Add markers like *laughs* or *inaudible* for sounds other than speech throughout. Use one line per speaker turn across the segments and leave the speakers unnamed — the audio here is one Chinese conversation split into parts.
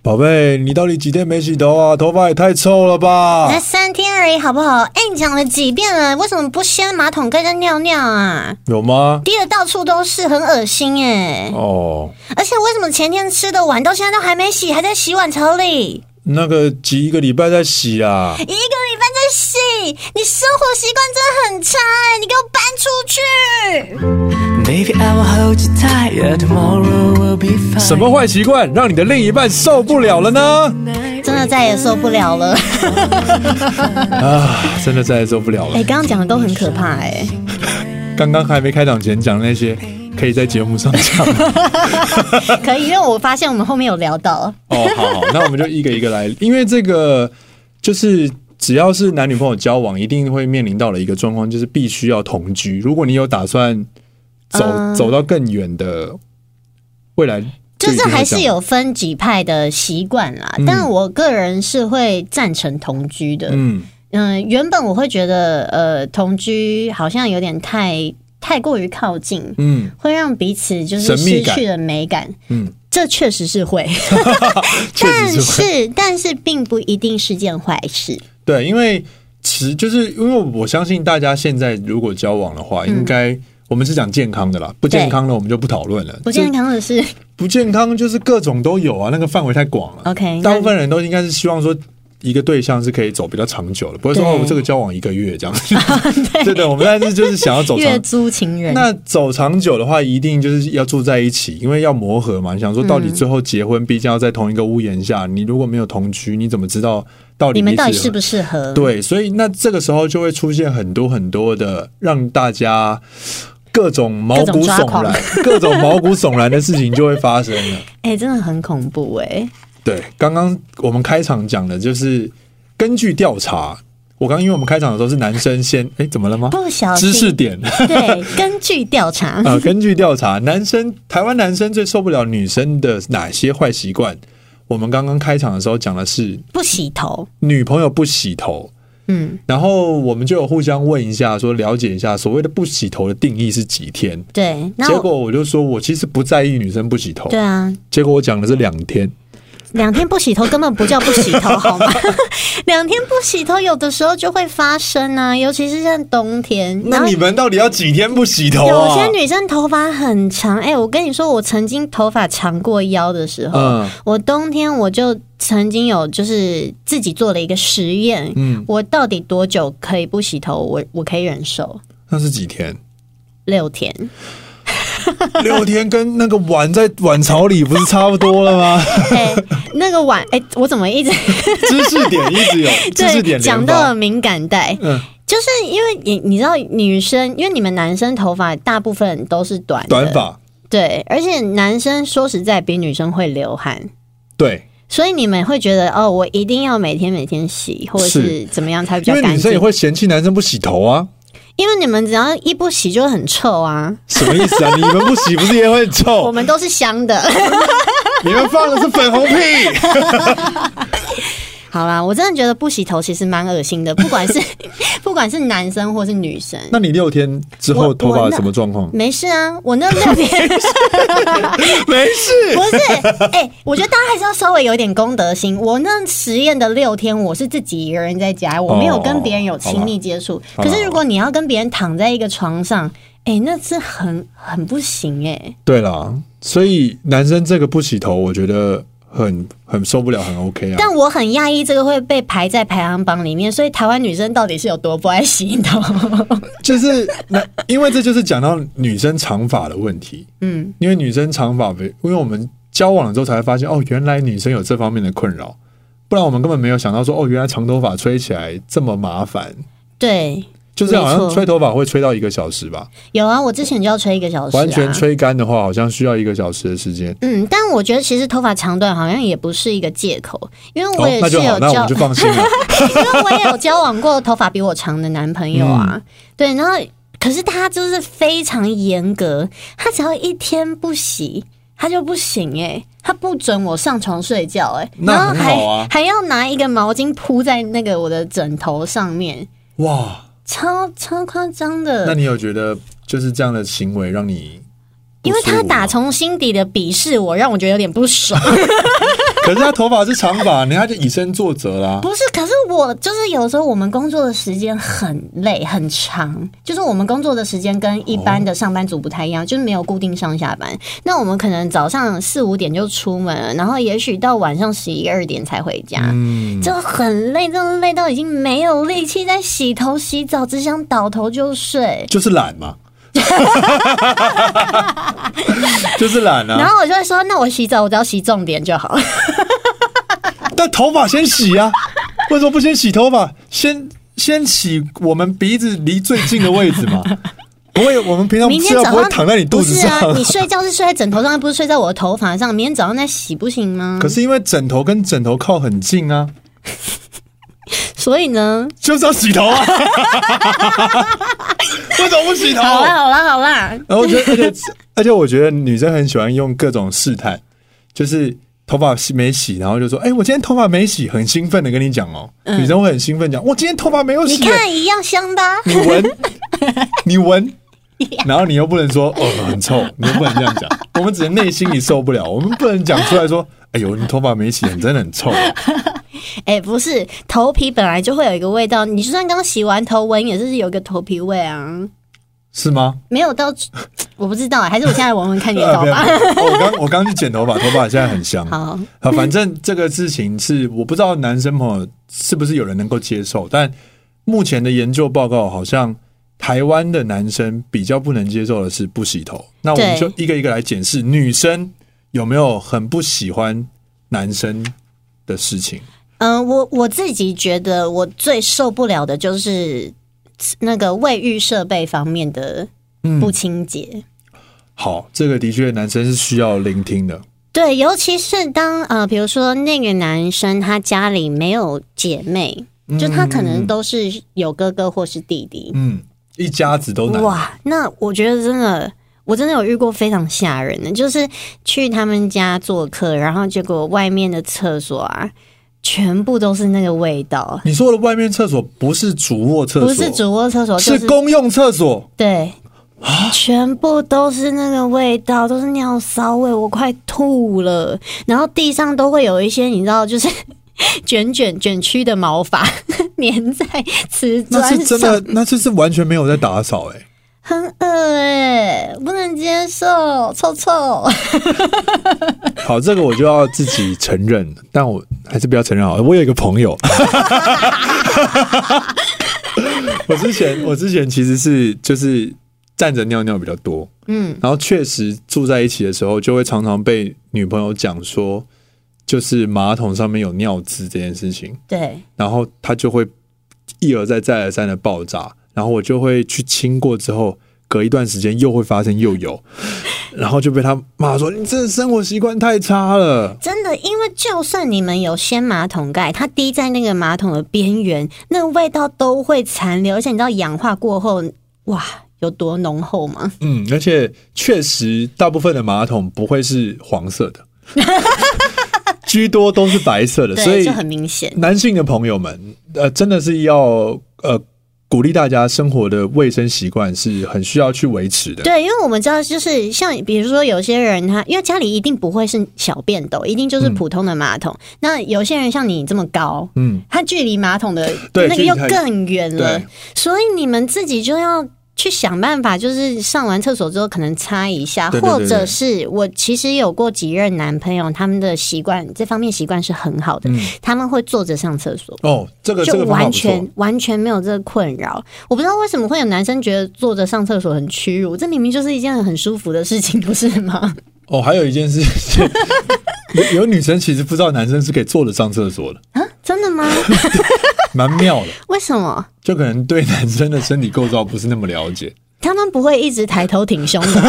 宝贝，你到底几天没洗头啊？头发也太臭了吧！
才三天而已，好不好？哎，你讲了几遍了，为什么不掀马桶盖再尿尿啊？
有吗？
滴的到处都是，很恶心哎、
哦，
而且为什么前天吃的碗到现在都还没洗，还在洗碗槽里？
那个挤一个礼拜再洗啊。
一个礼拜在洗，你生活习惯真的很差哎、你给我搬出去！
Baby, I will hold you tight. Yeah, tomorrow will be fine.
什么坏习惯让你的另一半受不了了呢？
真的再也受不了了。
啊，真的再也受不了
*laughs* 哎、
了。
刚刚讲的都很可怕哎、
刚刚还没开场前讲那些，可以在节目上讲。
可以，因为我发现我们后面有聊到。
哦，好好，那我们就一个一个来，因为这个就是只要是男女朋友交往，一定会面临到的一个状况，就是必须要同居。如果你有打算走、
嗯
走到更远的未来，一
就是
定会
还
这
是
样
有分几派的习惯啦，
嗯
但我个人是会赞成同居的。嗯、
嗯
原本我会觉得，呃，同居好像有点太太过于靠近，
嗯
会让彼此就是
神秘
失
感
去了美感。
嗯，
这确实是会，
确
但
实是会 *laughs*
是但是并不一定是件坏事。
对，因为其实就是因为我相信大家现在如果交往的话，
嗯
应该、我们是讲健康的啦，不健康的我们就不讨论了。
不健康的是
不健康就是各种都有啊，那个范围太广了。
OK，
大部分人都应该是希望说。一个对象是可以走比较长久的，不会说
对
哦，我这个交往一个月
*laughs*
这样。 *laughs* 对的，我们但是就是想要走
月
长。
租情人，
那走长久的话，一定就是要住在一起，因为要磨合嘛。你想说，到
嗯
底最后结婚，毕竟要在同一个屋檐下，你如果没有同居，你怎么知道到底
你们到底
适
适
合
不适合？
对，所以那这个时候就会出现很多很多的让大家各种毛
各种
骨
抓
悚
狂
然、 *laughs* 各种毛骨悚然的事情就会发生了。
哎、真的很恐怖哎、
对，刚刚我们开场讲的就是根据调查，我刚因为我们开场的时候是男生先，哎，怎么了吗？
不小心
知识点
对，根据调查，
*laughs* 啊，根据调查，男生台湾男生最受不了女生的哪些坏习惯？我们刚刚开场的时候讲的是
不洗头，
女朋友不洗头，
嗯，
然后我们就有互相问一下，说了解一下所谓的不洗头的定义是几天。
对，那
结
我
果我就说我其实不在意女生不洗头，
对啊，
结果我讲的是两天。
两天不洗头根本不叫不洗头，好吗？ *laughs* 两天不洗头，有的时候就会发生啊，尤其是像冬天，然
那
后
你们到底要几天不洗头
有
啊？
些女生头发很长，哎、我跟你说，我曾经头发长过腰的时候，
嗯
我冬天我就曾经有就是自己做了一个实验，
嗯，
我到底多久可以不洗头？我我可以忍受
那是几天？
六天， *laughs*
六天跟那个碗在碗槽里不是差不多了
*laughs*
吗？
哎、那个碗，哎、我怎么一直
知识点一直有，知识
对
点
讲
连
到了
发。
敏感带？
嗯，
就是因为你你知道女生，因为你们男生头发大部分都是短的
短，发
对，而且男生说实在比女生会流汗，
对，
所以你们会觉得哦，我一定要每天每天洗，或者是怎么样才比
因
较
为
干
女生
净
也？会嫌弃男生不洗头啊，
因为你们只要一不洗就会很臭啊，
什么意思
*laughs*
啊？你们不洗不是也会很
我
臭？
们都是香
*laughs*
的。
你们放的是粉
*laughs*
红屁，
好啦，我真的觉得不洗头其实蛮恶心的，不管是不管是男生或是女生。
那你六天之
我
后
我
头发
那
什么状况？
没事啊，我那六天
没事
不。是，哎、我觉得大家还是要稍微有点公德心。我那实验的六天，我是自己一个人在家，我没有跟别人有亲密接触。
哦好吧
可是如果你要跟别人躺在一个床上，哎、那是很很不行哎、
对啦，所以男生这个不洗头，我觉得很很受不了，很 OK 啊。
但我很讶异，这个会被排在排行榜里面，所以台湾女生到底是有多不爱洗头？
就是那，因为这就是讲到女生长发的问题。
嗯，
因为女生长发，因为我们交往了之后才会发现，哦，原来女生有这方面的困扰，不然我们根本没有想到说，哦，原来长头发吹起来这么麻烦，
*laughs* 对，
就是好
没
像
错
吹头发会吹到一个小时吧，
有啊，我之前就要吹一个小时、啊，
完全。吹干的话，好像需要一个小时的时间。
嗯，但我觉得其实头发长短好像也不是一个借口，因为
哦
我也，
那
是
就好，
有
那我
教，
们就放
*laughs*
心了。
因为我也有交往过头发比我长的男朋友啊，
嗯
对，然后可是他就是非常严格，他只要一天不洗，他就不行哎、他不准我上床睡觉哎、
那
然后
很
还
好啊
还要拿一个毛巾铺在那个我的枕头上面，
哇，
超超夸张
那
的。
你有觉得就是这样的行为让你不
因为
舒
他
服吗
打从心底的鄙视我，让我觉得有点不爽。
可是他头发是长发，你看他就以身作则啦。
不是，可是我就是有时候我们工作的时间很累很长，就是我们工作的时间跟一般的上班族不太一样，就是没有固定上下班。那我们可能早上四五点就出门了，然后也许到晚上十一二点才回家，
嗯
就很累，真的累到已经没有力气在洗头洗澡，只想倒头就睡。
就是懒嘛， *laughs* 就是懒
然
啊。
后我就会说，那我洗澡我只要洗重点就好了。
但头发先洗啊，为什么不先洗头发？先先洗我们鼻子离最近的位置嘛。不会， *laughs* 我们平常
明
吃
天
药
早
不会
上
躺在你肚子上。
不是啊，你睡觉是睡在枕头上，又不是睡在我的头发上。明天早上再洗不行吗？
可是因为枕头跟枕头靠很近啊，
所以呢，
就是要洗头啊。 *laughs* 为什么不洗头？
好啦啊好啦好啦，
然后就而且而且我觉得女生很喜欢用各种试探，就是头发洗没洗，然后就说：“哎、我今天头发没洗。”很兴奋的跟你讲哦，
嗯
女生会很兴奋讲：“我今天头发没有
你
洗。啊
看一样香啊吧？”
你闻，
*laughs*
你闻。然后你又不能说哦很臭，你又不能这样讲，我们只能内心里受不了，我们不能讲出来说，哎呦你头发没洗，你真的很臭。
哎、不是，头皮本来就会有一个味道，你就算刚洗完头闻，也是有一个头皮味啊。
是吗？
没有到，我不知道、还是我现在闻闻看你的
呃，
头
没有，
发。 *laughs*
没有我刚我刚去剪头发，头发现在很香。
好，
好，反正这个事情是我不知道男生朋友是不是有人能够接受，但目前的研究报告好像台湾的男生比较不能接受的是不洗头。那我们
对
就一个一个来检视女生有没有很不喜欢男生的事情。
嗯、我我自己觉得我最受不了的就是那个卫浴设备方面的不清洁。
好，这个的确男生是需要聆听的。
对，尤其是当呃，比如说那个男生他家里没有姐妹，就他可能都是有哥哥或是弟弟。
嗯，一家子都男，
哇，那我觉得真的，我真的有遇过非常吓人的，就是去他们家做客，然后结果外面的厕所啊，全部都是那个味道，
你说的外面厕所不是主卧厕所，
不是主卧厕所，就是
公啊用厕所。
对。全部都是那个味道，都是尿骚味，我快吐了。然后地上都会有一些，你知道，就是 *laughs* 卷卷卷曲的毛发 *laughs* 粘在瓷
那是
砖
真
上
的，，那就是完全没有在打扫哎、
很恶哎、不能接受，臭臭。
好，这个我就要自己承认，但我还是不要承认好了。我有一个朋 *laughs* 友，我之前我之前其实是就是站着尿尿比较多，嗯，然后确实住在一起的时候，就会常常被女朋友讲说，就是马桶上面有尿渍这件事情，
对，
然后他就会一而再再而三的爆炸，然后我就会去清过之后，隔一段时间又会发生又有， *laughs* 然后就被他骂说你这生活习惯太差了。
真的，因为就算你们有掀马桶盖，它滴在那个马桶的边缘，那个味道都会残留，而且你知道氧化过后，哇，有多浓厚吗？
嗯，而且确实大部分的马桶不会是黄色 *laughs* 的，居多都是白色的，呃所
对，
以
就很明显。
男性的朋友们，呃，真的是要呃鼓励大家生活的卫生习惯是很需要去维持的。
对，因为我们知道，就是像比如说有些人他，因为家里一定不会是小便斗，一定就是普通的马桶。那有些人像你这么高，
嗯，
他距离马桶的
对
那个
距离
又
太
更远了
对，
所以你们自己就要。去想办法，就是上完厕所之后可能擦一下，
对对对
或者是我其实有过几任男朋友，他们的习惯这方面习惯是很好的，他们会坐着上厕所。
哦，这嗯个这
就
个方法
完
不错
全。完全没有这个困扰。我不知道为什么会有男生觉得坐着上厕所很屈辱，这明明就是一件很舒服的事情，不是
*laughs*
吗？
哦，还有一件事是， *laughs* 有有女生其实不知道男生是可以坐着上厕所的，
啊，真的吗？
*laughs* 蛮妙的。
为什么
就可能对男生的身体构造不是那么了解。
他们不会一直抬头挺胸
*laughs*
的？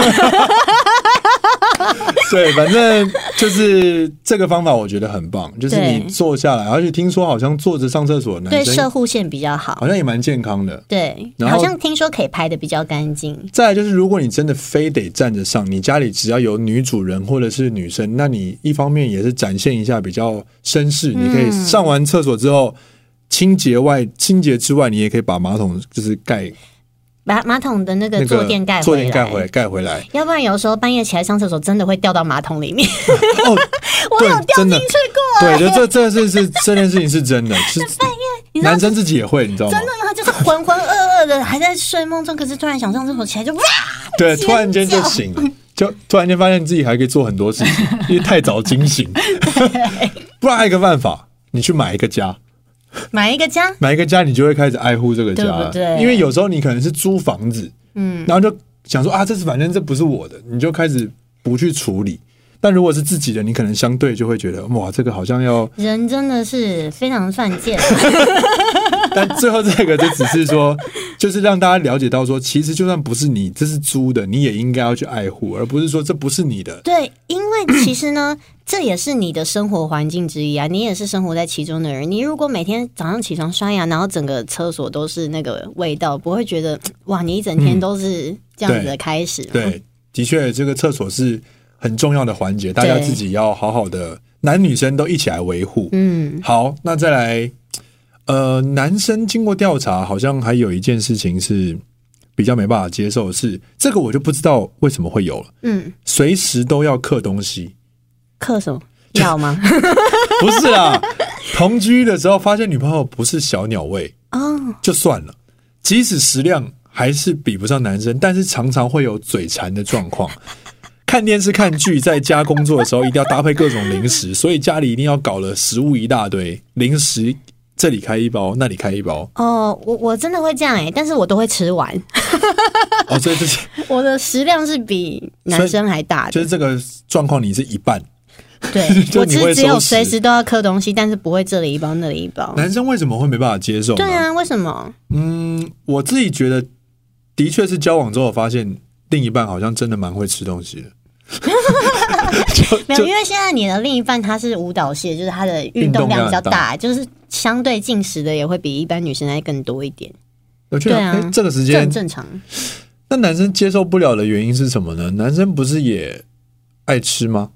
对，反正就是这个方法，我觉得很棒。就是
对
你坐下来，而且听说好像坐着上厕所的
对，
男
射
生
护线比较好
好。像也蛮健康的。
对，
然后
好像听说可以排的比较干净。
再来就是，如果你真的非得站着上，你家里只要有女主人或者是女生，那你一方面也是展现一下比较绅士，
嗯
你可以上完厕所之后。清洁外，清洁之外，你也可以把马桶就是盖
把马桶的那个
那
坐
个
垫盖
坐
回
垫
来，
盖回盖回
*laughs*
来。
要不然有时候半夜起来上厕所，真的会掉到马
*laughs*
桶里面。
哦，
我有
对，
掉
真
进
的，
去过、
对，就这这是是这件事情是真的，
*laughs*
是
你知道
男生自己也会，你知道吗
真？的，他就是浑浑噩噩的，还在睡梦中，可是突然想上厕所，起来就哇！
*laughs* 对，
尖
突然间就
叫
醒
*laughs*
了，就突然间发现自己还可以做很多事情，因为太早惊
*laughs*
醒。不然还有一个办法，你去买一个家，
买一个家，
买一个家，你就会开始爱护这个家
对
了，
不对
因为有时候你可能是租房子，嗯，然后就想说啊，这是反正这不是我的，你就开始不去处理。但如果是自己的，你可能相对就会觉得哇，这个好像要 *laughs*
人真的是非常犯贱。
但最后这个就只是说，就是让大家了解到说，其实就算不是你，这是租的，你也应该要去爱护，而不是说这不是你的。
对，因为其实呢， *clears throat* 这也是你的生活环境之一啊，你也是生活在其中的人。你如果每天早上起床刷牙，然后整个厕所都是那个味道，不会觉得哇，你一整天都是这样子的开始、啊吗？
对，的确，这个厕所是很重要的环节，大家自己要好好的，男女生都一起来维护。
嗯，
好，那再来，呃，男生经过调查，好像还有一件事情是比较没办法接受的是，这个我就不知道为什么会有了，
嗯，
随时都要刻东西。
刻什么要
*laughs*
吗？
不是啦，同居的时候发现女朋友不是小鸟胃
哦，
就算了，即使食量还是比不上男生，但是常常会有嘴馋的状况。看电视、看剧，在家工作的时候一定要搭配各种零
*laughs*
食，所以家里一定要搞了食物一大堆，零食这里开一包，那里开一包，
哦，我我真的会这样哎、但是我都会吃完， *laughs*
哦，所以这是
我的食量是比男生还大的。
就是这个状况，你是一半。，
哦对
就
我
你
只
会
只有
收拾
随时都要刻东西，但是不会这里一包那里一包。
男生为什么会没办法接受？
对，啊，为什么？
嗯，我自己觉得，的确是交往之后发现，另一半好像真的蛮会吃东西的。
没有，因为现在你的另一半他是舞蹈系的，就是他的运动量比较大，就是相对进食的也会比一般女生还更多一点，
我觉得、
对啊
哎这个时
这
间
很，正常。
那男生接受不了的原因是什么呢？男生不是也爱吃吗？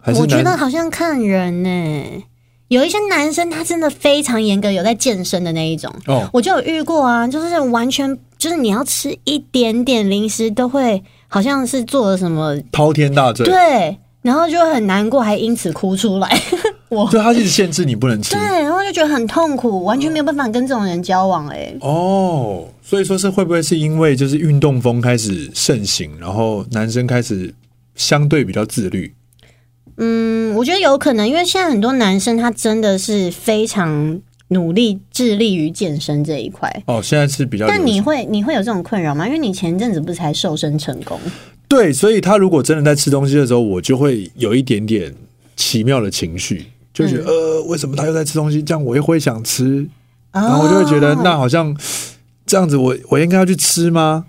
还是
我觉
男
得好像看人呢、有一些男生他真的非常严格，有在健身的那一种，
哦，
我就有遇过啊，就是完全就是你要吃一点点零食都会好像是做了什么
滔天大罪，
对，啊然后就会很难过，还因此哭出来。我
就他一直限制你不能吃
*laughs* 对，。啊然后就觉得很痛苦，完全没有办法跟这种人交往、哎。
哦，所以说是会不会是因为就是运动风开始盛行，然后男生开始相对比较自律？
嗯，我觉得有可能，因为现在很多男生他真的是非常努力致力于健身这一块。
哦，现在是比较流行。
但你会你会有这种困扰吗？因为你前阵子不是才瘦身成功？
对，所以他如果真的在吃东西的时候，我就会有一点点奇妙的情绪，就觉得、
嗯
呃，为什么他又在吃东西？这样我又会想吃，
啊
然后我就会觉得、那好像这样子我，我应该要去吃吗？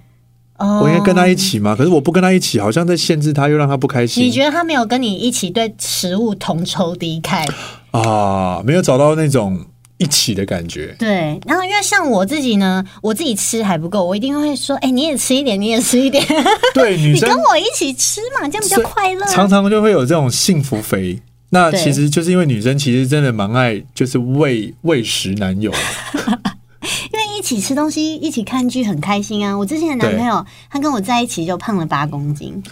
哦
我应该跟他一起吗？可是我不跟他一起，好像在限制他，又让他不开
你
心
觉得他没有跟你一起对食物同仇敌忾？
啊，没有找到那种一起的感
*laughs*
觉。
对，然后因为像我自己呢，我自己吃还不够，我一定会说，哎、你也吃一点，你也吃一点，
对，女
你
生
跟我一起吃嘛，这样比较
所以
快乐啊。
常常就会有这种幸福肥。那
对
其实就是因为女生其实真的蛮爱，就是喂喂食男
*laughs*
友。
因为一起吃东西、一起看剧很开心啊！我之前的男朋友他跟我在一起就胖了八公斤，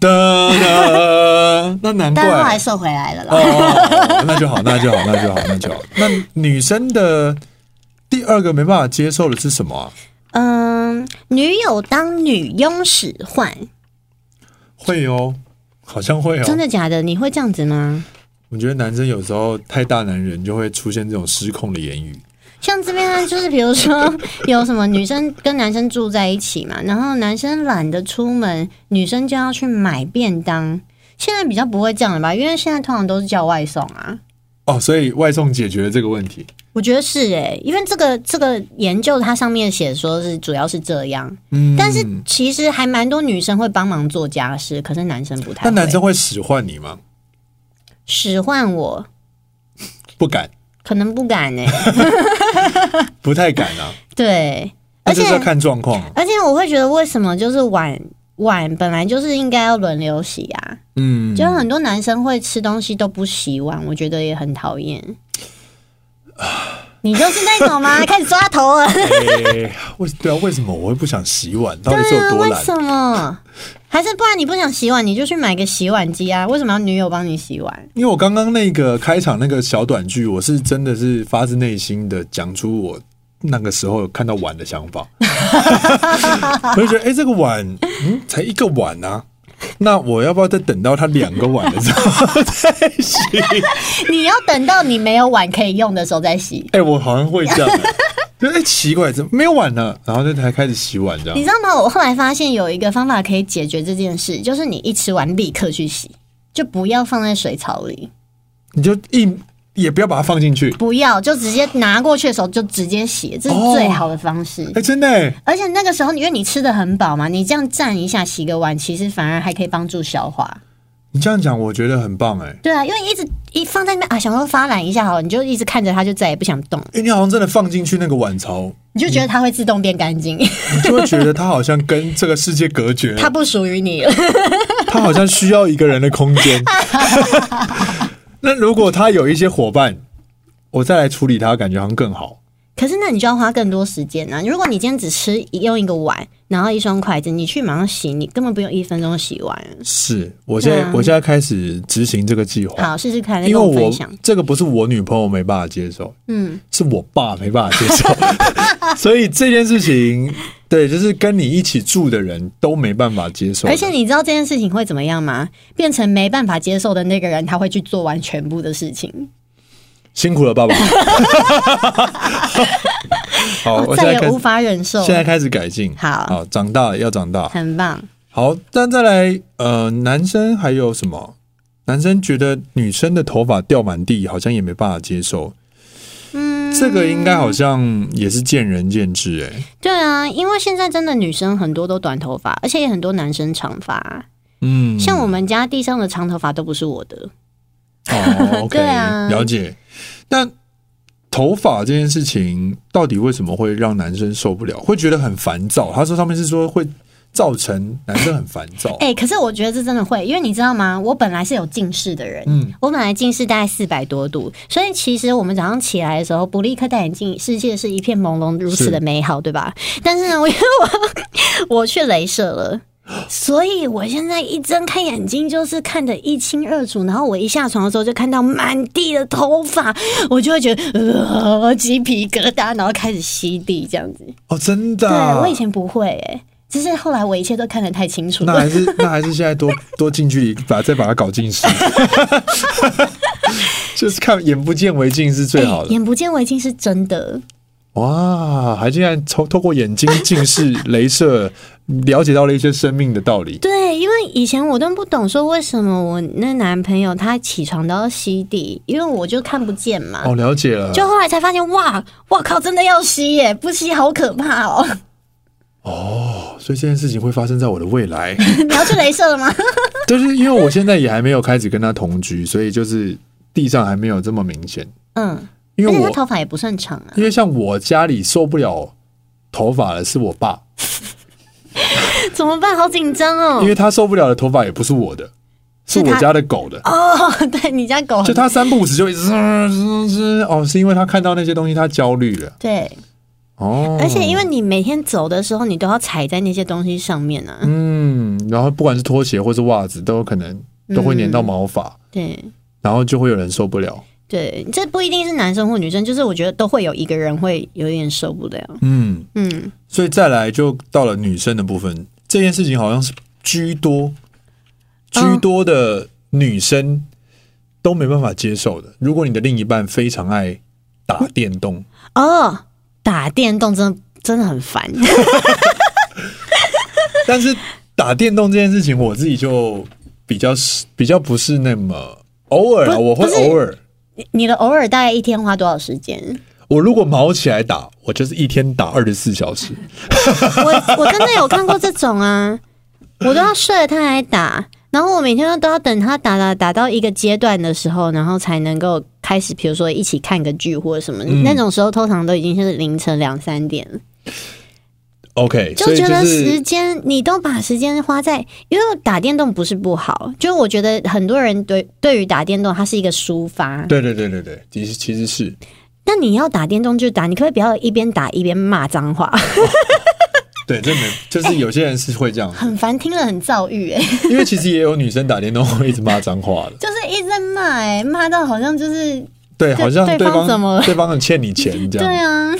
噔噔，那难怪
但后来瘦回来了啦。
哦，那就好，那就好，那就好，那
*laughs*
就好。那女生的第二个没办法接受的是什么、啊？
嗯，女友当女佣使唤，
会哦，好像会哦。
真的假的？你会这样子吗？
我觉得男生有时候太大男人，就会出现这种失控的言语。
像这边呢，就是比如说有什么女生跟男生住在一起
*laughs*
嘛，然后男生懒得出门，女生就要去买便当。现在比较不会这样了吧？因为现在通常都是叫外送啊。
哦，所以外送解决了这个问题。
我觉得是诶、因为这个这个研究它上面写说是主要是这样，
嗯，
但是其实还蛮多女生会帮忙做家事，可是男生不太
那
会。
男生会使唤你吗？
使唤我，
不敢，
可能不敢
*laughs*
欸呢、
不太敢啊。
对，
那
而
就
且
是要看状况啊。
而且我会觉得，为什么就是碗碗本来就是应该要轮流洗啊？
*laughs* 嗯，
就很多男生会吃东西都不洗碗，我觉得也很讨厌。你就是那种
*laughs*
吗？开始抓头了，
哎为对啊，为什么我会不想洗碗？到底是有
对啊，
多
为
懒？
什么？还是不然你不想洗碗，你就去买个洗碗机啊？为什么要女友帮你洗碗？
因为我刚刚那个开场那个小短剧，我是真的是发自内心的讲出我那个时候看到碗的想
*laughs*
法，我就觉得哎、诶这个碗嗯才一个碗啊，那我要不要再等到它两个碗的时候再洗？
你要等到你没有碗可以用的时候再洗。
哎、我好像会这样、
*laughs*
就哎、诶奇怪，怎么没有碗呢？然后就才开始洗碗这样。
你知道吗？我后来发现有一个方法可以解决这件事，就是你一吃完立刻去洗，就不要放在水槽里，
你就一也不要把它放进去，
不要就直接拿过去的时候就直接洗，这是最好的方式。
哎、真的、欸，
而且那个时候，因为你吃的很饱嘛，你这样蘸一下洗个碗，其实反而还可以帮助消化。
你这样讲我觉得很棒哎、诶
对啊，因为一直一放在那边啊，想说发懒一下好了，你就一直看着它，就再也不想动，
哎、你好像真的放进去那个碗槽，
你就觉得它会自动变干净， *laughs*
你就会觉得它好像跟这个世界隔绝了。
它不属于你了。
他好像需要一个人的空
*laughs*
间。那如果他有一些伙伴，我再来处理他，感觉好像更好。
可是那你就要花更多时间啊！如果你今天只吃一用一个碗，然后一双筷子，你去马上洗，你根本不用一分钟洗完。
是我现在、
对啊
我现在开始执行这个计划，
好，试试看，再
因为
跟我
我
分享。
这个不是我女朋友没办法接受，
嗯，
是我爸没办法接受，
*laughs*
所以这件事情，对，就是跟你一起住的人都没办法接受的。
而且你知道这件事情会怎么样吗？变成没办法接受的那个人，他会去做完全部的事情，
辛苦了，
*laughs*
爸爸。好，哦我现
再
在
也
开始
无，法忍受
现。在开始改进。
好
好，长大了要长大。
很棒，
好，但再来，呃，男生还有什么？男生觉得女生的头发掉满地，好像也没办法接受。嗯，这个应该好像也是见仁见智哎、
对啊，因为现在真的女生很多都短头发，而且也很多男生长发。
嗯，
像我们家地上的长头发都不是我的， *laughs*
哦，OK，
对啊
了解。但头发这件事情到底为什么会让男生受不了？会觉得很烦躁？他说上面是说会造成男生很烦躁。
哎、可是我觉得这真的会，因为你知道吗？我本来是有近视的人，
嗯
我本来近视大概四百多度，所以其实我们早上起来的时候不立刻戴眼镜，世界是一片朦胧如此的美好，对吧？但是呢，我因为 *laughs* 我我去镭射了。所以我现在一睁开眼睛就是看得一清二楚，然后我一下床的时候就看到满地的头发，我就会觉得呃鸡皮疙瘩，然后开始吸地这样子。
哦，真的
对
啊、
我以前不会诶、只是后来我一切都看得太清楚了
那。还是那还是现在
*laughs*
多多近距离把再把它搞近视，就是看眼不见为净是最好
哎
的。
眼不见为净是真的，
哇，还竟然透透过眼睛近视、镭射了解到了一些生命的道理。
对，因为以前我都不懂说为什么我那男朋友他起床都要吸地，因为我就看不见嘛。
哦，了解了。
啊就后来才发现，哇，哇靠，真的要吸耶！不吸好可怕哦。 *laughs*
所以这件事情会发生在我的未来，
你要去镭射了吗？ *laughs*
就是因为我现在也还没有开始跟他同居，所以就是地上还没有这么明显。
嗯，
因
而
为
且他
我
头发也不算长啊。 *laughs*
因为像我家里受不了头发的是我爸，
怎么办？好紧张
因
哦。
为他受不了的头发也不是我的，是
是他
我家的狗的。
哦， *laughs* 对你家狗很
就他三不五时就一直吱吱吱哦，是因为他看到那些东西，他焦虑了
对，
哦。
而且因为你每天走的时候，你都要踩在那些东西上面啊。
嗯，然后不管是拖鞋或是袜子，都有可能都会粘到毛发，
对
然后就会有人受不了。
对，这不一定是男生或女生，就是我觉得都会有一个人会有一点受不了。
嗯，
嗯。
所以再来就到了女生的部分，这件事情好像是居多，
嗯
居多的女生都没办法接受的。如果你的另一半非常爱打电
*laughs*
动，
哦，打电动真的真的很烦。 *laughs*
但是打电动这件事情，我自己就比较是比较不是那么偶尔啊，
不
我会
不是
偶尔。
你你的偶尔大概一天花多少时间？
我如果毛起来打，我就是一天打二十四小时。
我我真的有看过这种啊，我都要睡了他还打，然后我每天都要等他打打打到一个阶段的时候，然后才能够开始，比如说一起看个剧或者什么，
嗯
那种时候通常都已经是凌晨两三点了。
OK，所
就
以
觉
就
得时
是
间，你都把时间花在，因为打电动不是不好，就是我觉得很多人对对于打电动，它是一个抒发，
对对对对对，其实其实是
那你要打电动就打，你可不可以不要一边打一边骂脏话？ *laughs*
对，这没就是有些人是会这样，
很烦，听了很躁郁哎、
*laughs* 因为其实也有女生打电动会一直骂脏话的，
*laughs* 就是一直在骂哎、骂到好像就是
对，好像
*laughs* 对
对
方怎么
方对方很欠你钱这
对
样，
啊，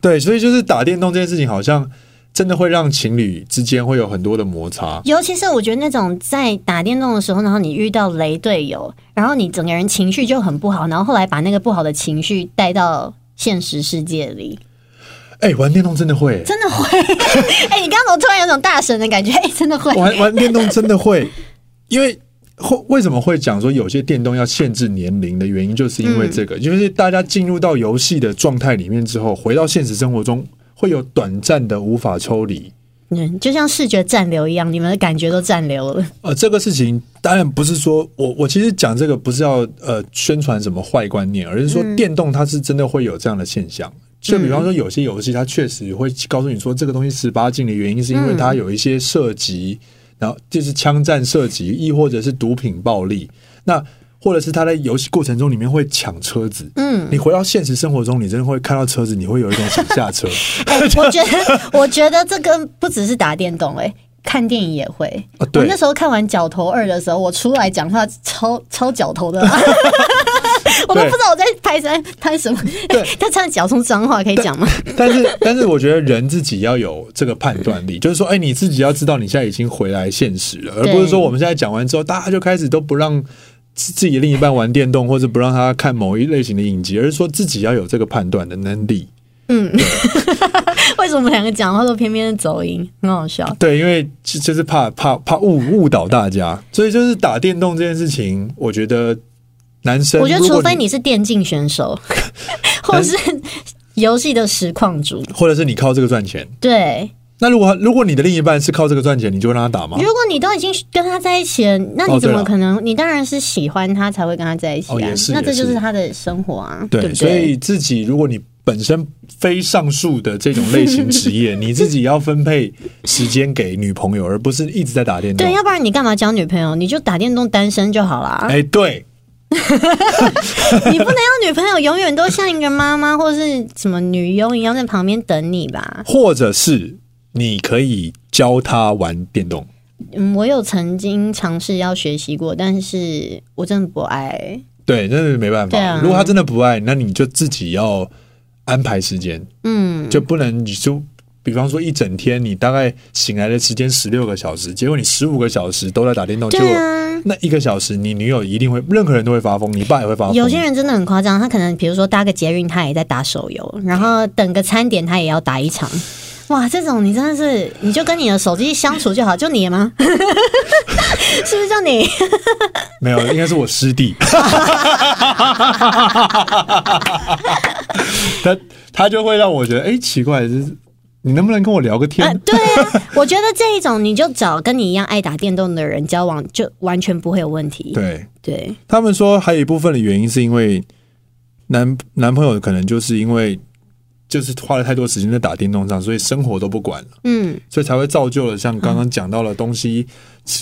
对，所以就是打电动这件事情，好像真的会让情侣之间会有很多的摩擦。
尤其是我觉得那种在打电动的时候，然后你遇到雷队友，然后你整个人情绪就很不好，然后后来把那个不好的情绪带到现实世界里，
哎、玩电动真的会，
真的会。 *laughs* 哎、你刚刚怎么突然有种大神的感觉？哎、真的会。
玩玩电动真的会，因为会为什么会讲说有些电动要限制年龄的原因，就是因
嗯
为这个，就是大家进入到游戏的状态里面之后，回到现实生活中会有短暂的无法抽离。
嗯，就像视觉暂留一样，你们的感觉都暂留了。
呃，这个事情当然不是说我我其实讲这个不是要呃宣传什么坏观念，而是说电动它是真的会有这样的现象。就比方说，有些游戏它确实会告诉你说，这个东西十八禁的原因是因为它有一些涉及，然后就是枪战涉及，亦或者是毒品暴力，那或者是他在游戏过程中里面会抢车子。嗯，你回到现实生活中，你真的会看到车子，你会有一种想下车。
哎
*laughs*
我觉得，我觉得这个不只是打电动、哎，看电影也会。
啊对
我那时候看完《角头二》的时候，我出来讲话超超角
*laughs*
头的啦。我都不知道我在拍什拍什么，
对
*laughs* 他这样讲出脏话可以讲吗？
但是， *laughs* 但是我觉得人自己要有这个判断
嗯
力，就是说，哎、你自己要知道你现在已经回来现实了，而
对
不是说我们现在讲完之后，大家就开始都不让自自己的另一半玩电动，或者不让他看某一类型的影集，而是说自己要有这个判断的能力。
*laughs* 为什么我们两个讲话都偏偏是走音，很好笑。
对，因为就就是怕怕怕误误导大家，所以就是打电动这件事情，我觉得男生，
我觉得，
如
除
果
非你是电竞
*laughs*
选手，或是游戏的实况主，
或者是你靠这个赚钱，
对。
那如果如果你的另一半是靠这个赚钱，你就让他打吗？
如果你都已经跟他在一起了，那你
哦
怎
对
么
了
可能？你当然是喜欢他才会跟他在一起
哦
啊。
也是
那这
也是
就是他的生活啊，
对，
不对？
所以自己如果你本身非上述的这种类型职业，你自己要分配时间给女朋友，而不是一直在打电动
对，。要不然你干嘛交女朋友？你就打电动单身就好
*laughs*
啦。
哎，对，
你不能让女朋友永远都像一个妈妈或是什么女佣一样在旁边等你吧？
或者是你可以教他玩电动。
嗯，我有曾经尝试要学习过，但是我真的不爱。
对，真的没办法。
对啊
如果他真的不爱，那你就自己要安排时间，
嗯，
就不能你就比方说一整天，你大概醒来的时间十六个小时，结果你十五个小时都在打电动，结
对
果
啊。
那一个小时，你女友一定会，任何人都会发疯，你爸也会发疯。
有些人真的很夸张，他可能比如说搭个捷运，他也在打手游，然后等个餐点，他也要打一场。哇，这种你真的是，你就跟你的手机相处就好，就你吗？ *laughs* 是不是就你？ *laughs*
没有，应该是我师弟。 *laughs* 他他就会让我觉得，哎、奇怪，就是你能不能跟我聊个天？
啊，对啊，我觉得这一种你就找跟你一样爱打电动的人交往，就完全不会有问题。
对
对
他们说，还有一部分的原因是因为男男朋友可能就是因为就是花了太多时间在打电动上，所以生活都不管了，
嗯，
所以才会造就了像刚刚讲到的东西。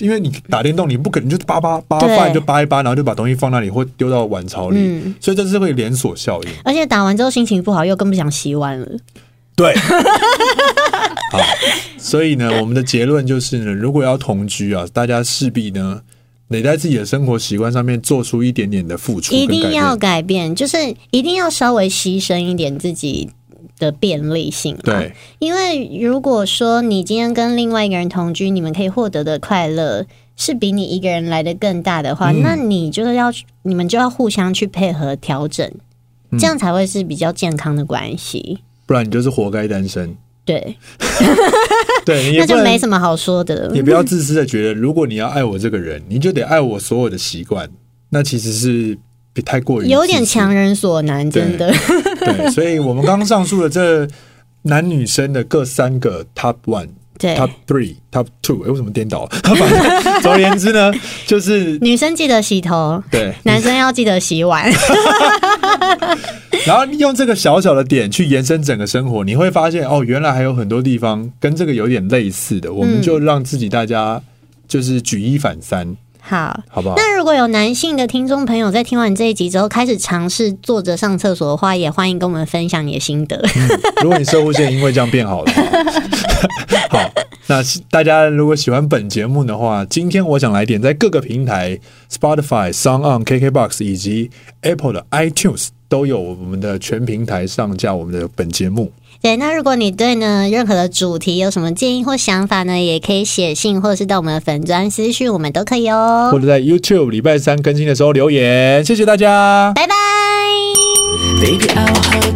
因为你打电动，你不可能就扒扒扒
对
饭就扒一扒，然后就把东西放那里或丢到碗槽里，所以这是会连锁效应。
而且打完之后心情不好，又更不想洗碗了。
对， *laughs* 好，所以呢，我们的结论就是呢，如果要同居啊，大家势必呢得在自己的生活习惯上面做出一点点的付出
一
跟改
定要
变。
改变，就是一定要稍微牺牲一点自己的便利性。啊
对，
因为如果说你今天跟另外一个人同居，你们可以获得的快乐是比你一个人来的更大的
嗯
话，那你就是要你们就要互相去配合调整，
嗯
这样才会是比较健康的关系。
不然你就是活该单
*laughs*
身。
对，
对，你也
那
不
就
能
没什么好说的。
也不要自私的觉得，如果你要爱我这个人，你就得爱我所有的习惯。那其实是比太过于
有点
自私
强人所难，真的。
对，所以我们刚刚上述的这男女生的各三个 top one。
对
Top three, Top two，哎、为什么颠倒了？ *laughs* 反正总而言之呢，
*laughs*
就是
女生记得洗头，
对，
男生要记得洗碗。 *laughs*
然后利用这个小小的点去延伸整个生活，你会发现哦，原来还有很多地方跟这个有点类似的，我们就让自己大家就是举一反三，
好。
好不好？
那如果有男性的听众朋友在听完这一集之后，开始尝试坐着上厕所的话，也欢迎跟我们分享你的心得。
如果你射护线因为这样变好了，好，那大家如果喜欢本节目的话，今天我想来点在各个平台 Spotify、s o n g On、KKBox 以及 Apple 的 iTunes 都有我们的全平台上架我们的本节目。
对，那如果你对呢任何的主题有什么建议或想法呢，也可以写信或者是到我们的粉砖私讯，我们都可以
或
哦。
者在 YouTube 礼拜三更新的时候留言，谢谢大家。
拜拜。
Baby, I will hold